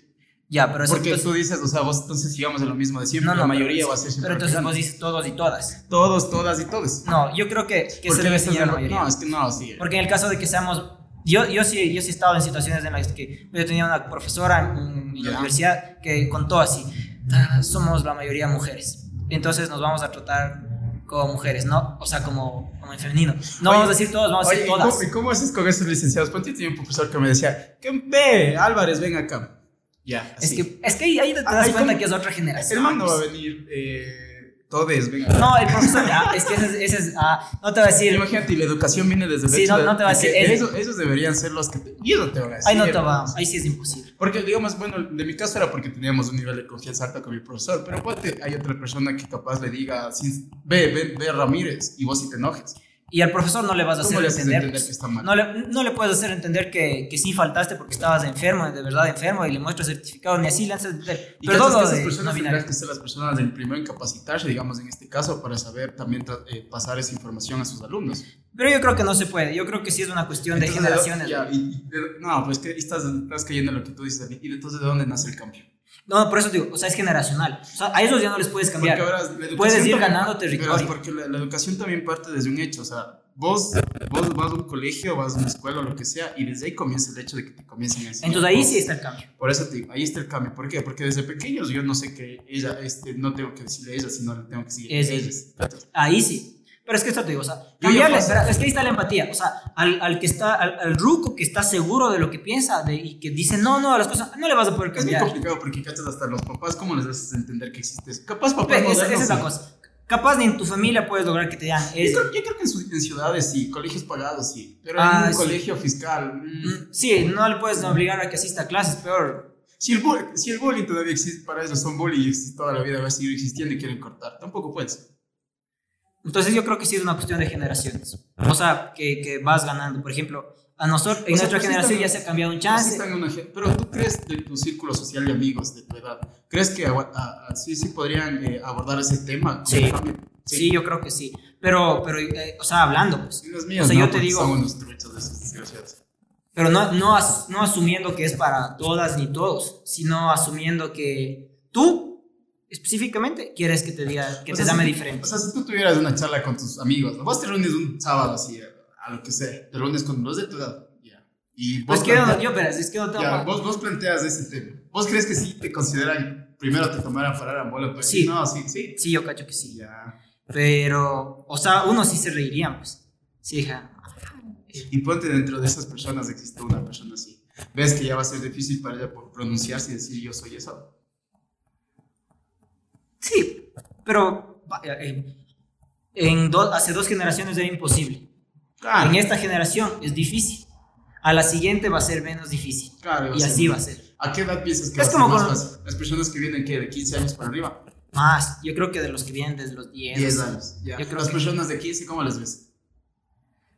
[SPEAKER 2] Ya, pero eso-
[SPEAKER 1] Porque
[SPEAKER 2] entonces-
[SPEAKER 1] tú dices, o sea, vos entonces sigamos en lo mismo de siempre,
[SPEAKER 2] no, no,
[SPEAKER 1] la
[SPEAKER 2] pero-
[SPEAKER 1] mayoría va a ser siempre.
[SPEAKER 2] Pero entonces
[SPEAKER 1] bacán.
[SPEAKER 2] vos dices todos y todas.
[SPEAKER 1] Todos, todas y todos.
[SPEAKER 2] No, yo creo que, que
[SPEAKER 1] ¿Por
[SPEAKER 2] se
[SPEAKER 1] qué
[SPEAKER 2] debe
[SPEAKER 1] estás
[SPEAKER 2] enseñar a la
[SPEAKER 1] de-
[SPEAKER 2] mayoría.
[SPEAKER 1] No, es que no, sí.
[SPEAKER 2] Porque en el caso de que seamos... Yo, yo, sí, yo sí he estado en situaciones en las que yo tenía una profesora en, en
[SPEAKER 1] Ya.
[SPEAKER 2] la universidad que contó así, "Ah, somos la mayoría mujeres, entonces nos vamos a tratar como mujeres, ¿no? O sea, como, como en femenino. No
[SPEAKER 1] Oye,
[SPEAKER 2] vamos a decir todos, vamos a
[SPEAKER 1] Oye,
[SPEAKER 2] decir
[SPEAKER 1] ¿y cómo-
[SPEAKER 2] todas.
[SPEAKER 1] ¿y cómo haces con esos licenciados? Ponte tenía un profesor que me decía, que ve, Álvarez, ven acá. Ya,
[SPEAKER 2] Es
[SPEAKER 1] así.
[SPEAKER 2] que, es que ahí, ahí te
[SPEAKER 1] Ah,
[SPEAKER 2] das
[SPEAKER 1] ¿y
[SPEAKER 2] cuenta
[SPEAKER 1] cómo?
[SPEAKER 2] que es otra generación.
[SPEAKER 1] el man no va a
[SPEAKER 2] pues.
[SPEAKER 1] venir, eh, todes, ven acá.
[SPEAKER 2] No, el profesor, ah, es que ese, es- ese es, ah, no te va a decir,
[SPEAKER 1] Imagínate, y la educación viene desde el
[SPEAKER 2] Sí,
[SPEAKER 1] hecho
[SPEAKER 2] no-
[SPEAKER 1] de-
[SPEAKER 2] no te va a
[SPEAKER 1] de que
[SPEAKER 2] decir, es-
[SPEAKER 1] eso- esos deberían ser los que te, y eso te van a decir.
[SPEAKER 2] ahí no te va, ahí sí es imposible.
[SPEAKER 1] Porque, digamos, bueno, de mi caso era porque teníamos un nivel de confianza alta con mi profesor, pero ponte, hay otra persona que capaz le diga, sin- ve, ve, ve Ramírez, y vos si te enojes.
[SPEAKER 2] Y al profesor no le vas a
[SPEAKER 1] ¿Cómo
[SPEAKER 2] hacer
[SPEAKER 1] le haces
[SPEAKER 2] entender.
[SPEAKER 1] entender que está mal?
[SPEAKER 2] No le, no le puedes hacer entender que, que sí faltaste porque estabas enfermo, de verdad enfermo, y le muestras certificado, ni así le haces entender.
[SPEAKER 1] Y
[SPEAKER 2] Perdón,
[SPEAKER 1] cachas que
[SPEAKER 2] lo
[SPEAKER 1] esas
[SPEAKER 2] de no
[SPEAKER 1] personas tendrán
[SPEAKER 2] binario.
[SPEAKER 1] que ser las personas del primero en capacitarse, digamos, en este caso, para saber también tra- eh, pasar esa información a sus alumnos.
[SPEAKER 2] Pero yo creo que no se puede, yo creo que sí es una cuestión
[SPEAKER 1] Entonces,
[SPEAKER 2] de generaciones.
[SPEAKER 1] ya, y- y de- no, pues que ahí estás, estás cayendo en lo que tú dices, Dani. ¿Y de- entonces de dónde nace el cambio?
[SPEAKER 2] No, por eso te digo, o sea, es generacional. O sea, a esos ya no les puedes cambiar.
[SPEAKER 1] Porque verás, la educación
[SPEAKER 2] Puedes ir
[SPEAKER 1] también-
[SPEAKER 2] ganando territorio.
[SPEAKER 1] verás, porque la, la educación también parte desde un hecho, o sea, vos, vos vas a un colegio, vas a una escuela, lo que sea, y desde ahí comienza el hecho de que te comiencen a enseñar.
[SPEAKER 2] Entonces ahí
[SPEAKER 1] cosas.
[SPEAKER 2] sí está el cambio.
[SPEAKER 1] Por eso te digo, ahí está el cambio. ¿Por qué? Porque desde pequeños yo no sé que ella, este, no tengo que decirle ella, sino le tengo que decir
[SPEAKER 2] Es-
[SPEAKER 1] ellas.
[SPEAKER 2] Ahí sí. Pero es que esto te digo, o sea,
[SPEAKER 1] ya
[SPEAKER 2] cambiarle,
[SPEAKER 1] pasé.
[SPEAKER 2] espera, es que ahí está la empatía. O sea, al, al que está, al, al ruco que está seguro de lo que piensa de, y que dice no, no, a las cosas, no le vas a poder
[SPEAKER 1] Es muy
[SPEAKER 2] cambiar.
[SPEAKER 1] complicado porque cachas hasta los papás, ¿cómo les haces entender que existes? Capaz papás
[SPEAKER 2] Ve, Pues, Esa,
[SPEAKER 1] modernos,
[SPEAKER 2] esa es la
[SPEAKER 1] sí.
[SPEAKER 2] cosa. Capaz ni en tu familia puedes lograr que te digan
[SPEAKER 1] Yo
[SPEAKER 2] eso.
[SPEAKER 1] creo, yo creo que en, su- en ciudades sí, colegios pagados sí, pero
[SPEAKER 2] Ah,
[SPEAKER 1] en un
[SPEAKER 2] sí.
[SPEAKER 1] colegio fiscal. mm.
[SPEAKER 2] Mm, Sí, no le puedes obligar a que asista a clases, peor.
[SPEAKER 1] Si el, bu- si el bullying todavía existe, para ellos son bullying y existe toda la vida va a seguir existiendo y quieren cortar. Tampoco pueden ser.
[SPEAKER 2] Entonces yo creo que sí es una cuestión de generaciones. O sea, que, que vas ganando. Por ejemplo, a nosotros, en
[SPEAKER 1] O sea,
[SPEAKER 2] nuestra
[SPEAKER 1] pues sí
[SPEAKER 2] generación ya
[SPEAKER 1] están-
[SPEAKER 2] se ha cambiado un
[SPEAKER 1] Sí
[SPEAKER 2] chance.
[SPEAKER 1] están en una gen- pero tú crees de tu círculo social de amigos de tu edad, ¿crees que agu- a- a- sí, sí podrían eh, abordar ese tema? con
[SPEAKER 2] Sí.
[SPEAKER 1] la familia?
[SPEAKER 2] Sí. yo creo que sí. Pero, pero eh, o sea, hablando, pues.
[SPEAKER 1] Sí, los míos
[SPEAKER 2] O sea, yo
[SPEAKER 1] no,
[SPEAKER 2] te
[SPEAKER 1] porque
[SPEAKER 2] digo-
[SPEAKER 1] Son unos truchos de esos desgraciados.
[SPEAKER 2] Pero no, no, as- no asumiendo que es para todas ni todos, sino asumiendo que tú, específicamente, quieres que te diga, que
[SPEAKER 1] O
[SPEAKER 2] te
[SPEAKER 1] sea,
[SPEAKER 2] llame
[SPEAKER 1] si-
[SPEAKER 2] diferente.
[SPEAKER 1] O sea, si tú tuvieras una charla con tus amigos, ¿no? vos te reúnes un sábado así, a, a lo que sea, te reúnes con los de tu edad. ya. Y vos
[SPEAKER 2] pues que yo, no-
[SPEAKER 1] planteas-
[SPEAKER 2] yo, pero es que no tengo...
[SPEAKER 1] ya,
[SPEAKER 2] más.
[SPEAKER 1] vos, vos planteas ese tema. ¿Vos crees que sí te consideran, primero te tomaran parar a bola? Pues,
[SPEAKER 2] Sí.
[SPEAKER 1] No, sí, sí.
[SPEAKER 2] Sí, yo cacho que sí.
[SPEAKER 1] Ya.
[SPEAKER 2] Pero, o sea, uno sí se reiría, pues. Sí, hija.
[SPEAKER 1] Y ponte dentro de esas personas existe una persona así. Ves que ya va a ser difícil para ella por pronunciarse y decir yo soy eso.
[SPEAKER 2] Sí, pero vaya, eh, en do- hace dos generaciones era imposible.
[SPEAKER 1] Claro,
[SPEAKER 2] En esta generación es difícil. A la siguiente va a ser menos difícil.
[SPEAKER 1] claro, va a
[SPEAKER 2] e- Y
[SPEAKER 1] ser-
[SPEAKER 2] así va a ser.
[SPEAKER 1] ¿A qué edad piensas que
[SPEAKER 2] Es
[SPEAKER 1] va a ser
[SPEAKER 2] como
[SPEAKER 1] más
[SPEAKER 2] con-
[SPEAKER 1] fácil? Las personas que vienen ¿qué? de 15 años para arriba.
[SPEAKER 2] Más. Yo creo que de los que vienen desde los 10.
[SPEAKER 1] 10 años. ya.
[SPEAKER 2] Yo creo
[SPEAKER 1] Las
[SPEAKER 2] que-
[SPEAKER 1] personas de 15, ¿cómo las ves?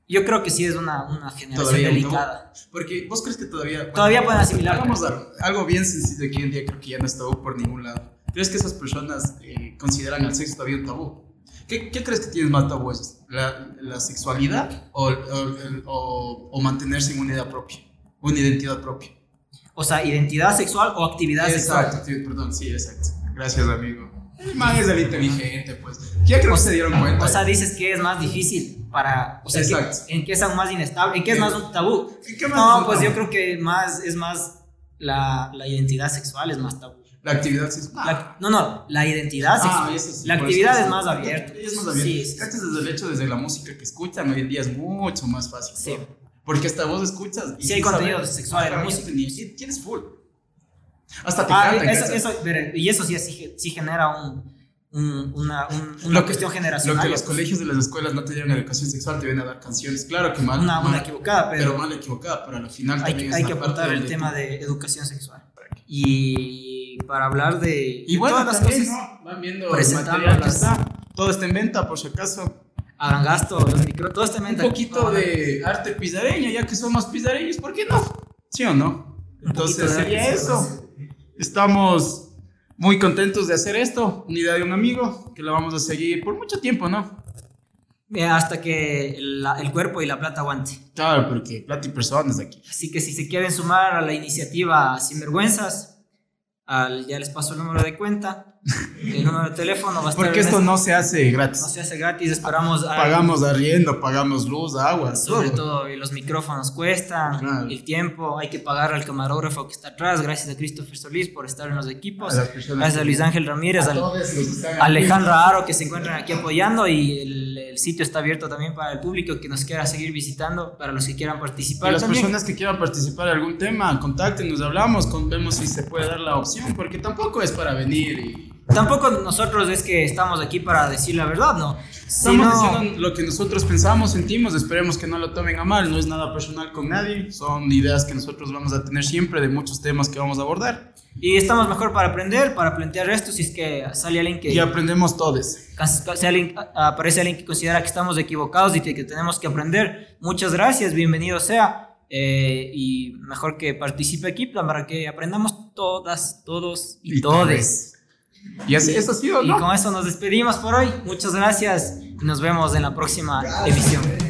[SPEAKER 2] Yo creo que sí es una, una generación
[SPEAKER 1] Todavía, ¿no?
[SPEAKER 2] delicada.
[SPEAKER 1] Porque vos crees que todavía... bueno,
[SPEAKER 2] Todavía pueden asimilar.
[SPEAKER 1] Vamos a algo bien sencillo que hoy en día creo que ya no es tabú por ningún lado. ¿Crees que esas personas eh, consideran al sexo todavía un tabú? ¿Qué, qué crees que tienes más tabú? ¿Es ¿La, la sexualidad o, o- o- o mantenerse en una idea propia? Una identidad propia.
[SPEAKER 2] O sea, identidad sexual o actividad sexual.
[SPEAKER 1] Exacto, sí, perdón, sí, exacto. Gracias, amigo. El man es el inteligente, pues. Ya creo que se dieron cuenta.
[SPEAKER 2] O sea, dices que es más difícil para... O sea, que-
[SPEAKER 1] Exacto.
[SPEAKER 2] ¿en qué es aún más inestable? ¿En qué es más un tabú?
[SPEAKER 1] ¿Qué- qué más es
[SPEAKER 2] No,
[SPEAKER 1] un
[SPEAKER 2] pues
[SPEAKER 1] tabú?
[SPEAKER 2] yo creo que más es más la, la identidad sexual es más tabú.
[SPEAKER 1] La actividad sexual.
[SPEAKER 2] La- no, no, la identidad
[SPEAKER 1] Ah,
[SPEAKER 2] sexual.
[SPEAKER 1] eso sí,
[SPEAKER 2] la
[SPEAKER 1] por
[SPEAKER 2] actividad
[SPEAKER 1] eso
[SPEAKER 2] es
[SPEAKER 1] sí.
[SPEAKER 2] más
[SPEAKER 1] La
[SPEAKER 2] abierta.
[SPEAKER 1] actividad es más abierta.
[SPEAKER 2] Sí, sí,
[SPEAKER 1] Antes desde el hecho, desde la música que escuchan, hoy en día es mucho más fácil.
[SPEAKER 2] sí.
[SPEAKER 1] todo. Porque hasta vos escuchas.
[SPEAKER 2] Sí, hay
[SPEAKER 1] sin saber-
[SPEAKER 2] contenido sexual en la
[SPEAKER 1] Ajá,
[SPEAKER 2] música.
[SPEAKER 1] ni- ni- Tienes full. Hasta te
[SPEAKER 2] Ah,
[SPEAKER 1] cantan,
[SPEAKER 2] eso,
[SPEAKER 1] ¿cachas?
[SPEAKER 2] eso- pero- y eso sí, sí, sí genera un, un- una, un- una
[SPEAKER 1] Lo que-
[SPEAKER 2] cuestión
[SPEAKER 1] Lo
[SPEAKER 2] generacional.
[SPEAKER 1] que los colegios de las escuelas no te dieron educación sexual, te vienen a dar canciones. Claro que mal.
[SPEAKER 2] una,
[SPEAKER 1] mal,
[SPEAKER 2] una equivocada,
[SPEAKER 1] pero,
[SPEAKER 2] pero
[SPEAKER 1] mal equivocada, pero al final
[SPEAKER 2] hay,
[SPEAKER 1] también
[SPEAKER 2] que-
[SPEAKER 1] es
[SPEAKER 2] hay
[SPEAKER 1] una
[SPEAKER 2] que
[SPEAKER 1] parte
[SPEAKER 2] aportar el
[SPEAKER 1] donde
[SPEAKER 2] tema
[SPEAKER 1] tú-
[SPEAKER 2] de educación sexual. Y para hablar de,
[SPEAKER 1] Y
[SPEAKER 2] de
[SPEAKER 1] bueno,
[SPEAKER 2] todas las
[SPEAKER 1] también,
[SPEAKER 2] cosas,
[SPEAKER 1] ¿no? van viendo el
[SPEAKER 2] presentando
[SPEAKER 1] material que
[SPEAKER 2] las-
[SPEAKER 1] está. Todo está en venta, por si acaso.
[SPEAKER 2] hagan gasto, los micro, todo este
[SPEAKER 1] un
[SPEAKER 2] mental-
[SPEAKER 1] poquito de arte pizareño, ya que somos pizareños, ¿por qué no? ¿Sí o no?
[SPEAKER 2] Un poquito
[SPEAKER 1] Entonces
[SPEAKER 2] de
[SPEAKER 1] sería
[SPEAKER 2] arte,
[SPEAKER 1] eso. Estamos muy contentos de hacer esto, una idea de un amigo, que la vamos a seguir por mucho tiempo, ¿no?
[SPEAKER 2] Eh, hasta que la- el cuerpo y la plata aguante.
[SPEAKER 1] Claro, porque plata y personas aquí.
[SPEAKER 2] Así que si se quieren sumar a la iniciativa Sinvergüenzas, al- ya les paso el número de cuenta, el número de teléfono va a estar
[SPEAKER 1] Porque
[SPEAKER 2] en
[SPEAKER 1] esto
[SPEAKER 2] este-
[SPEAKER 1] no se hace
[SPEAKER 2] no
[SPEAKER 1] gratis.
[SPEAKER 2] se hace gratis, esperamos a-
[SPEAKER 1] Pagamos arriendo, pagamos luz, agua,
[SPEAKER 2] sobre
[SPEAKER 1] todo.
[SPEAKER 2] todo y los micrófonos cuestan,
[SPEAKER 1] Claro.
[SPEAKER 2] el tiempo, hay que pagar al camarógrafo que está atrás, gracias a Christopher Solís por estar en los equipos,
[SPEAKER 1] pues, A las personas
[SPEAKER 2] gracias a
[SPEAKER 1] que-
[SPEAKER 2] Luis Ángel Ramírez,
[SPEAKER 1] A
[SPEAKER 2] al-
[SPEAKER 1] todos los que están
[SPEAKER 2] a
[SPEAKER 1] aquí.
[SPEAKER 2] Alejandra Aro que se encuentran aquí apoyando y el, el sitio está abierto también para el público que nos quiera seguir visitando, para los que quieran
[SPEAKER 1] Para
[SPEAKER 2] participar
[SPEAKER 1] las
[SPEAKER 2] también.
[SPEAKER 1] personas que quieran participar en algún tema, contacten, nos hablamos, con- vemos si se puede dar la opción, porque tampoco es para venir y
[SPEAKER 2] Tampoco nosotros es que estamos aquí para decir la verdad, ¿no?
[SPEAKER 1] Estamos
[SPEAKER 2] Sino-
[SPEAKER 1] diciendo lo que nosotros pensamos, sentimos, esperemos que no lo tomen a mal, no es nada personal con nadie, son ideas que nosotros vamos a tener siempre de muchos temas que vamos a abordar
[SPEAKER 2] Y estamos mejor para aprender, para plantear esto, si es que sale alguien que...
[SPEAKER 1] y aprendemos todos.
[SPEAKER 2] cas- cas- alguien- a- aparece alguien que considera que estamos equivocados y que, que tenemos que aprender. Muchas gracias, bienvenido sea. Eh, y mejor que participe aquí para que aprendamos todas, todos y,
[SPEAKER 1] Y
[SPEAKER 2] todes.
[SPEAKER 1] Y así, eso ha sido,
[SPEAKER 2] Y
[SPEAKER 1] ¿no?
[SPEAKER 2] con eso nos despedimos por hoy. Muchas gracias y nos vemos en la próxima emisión.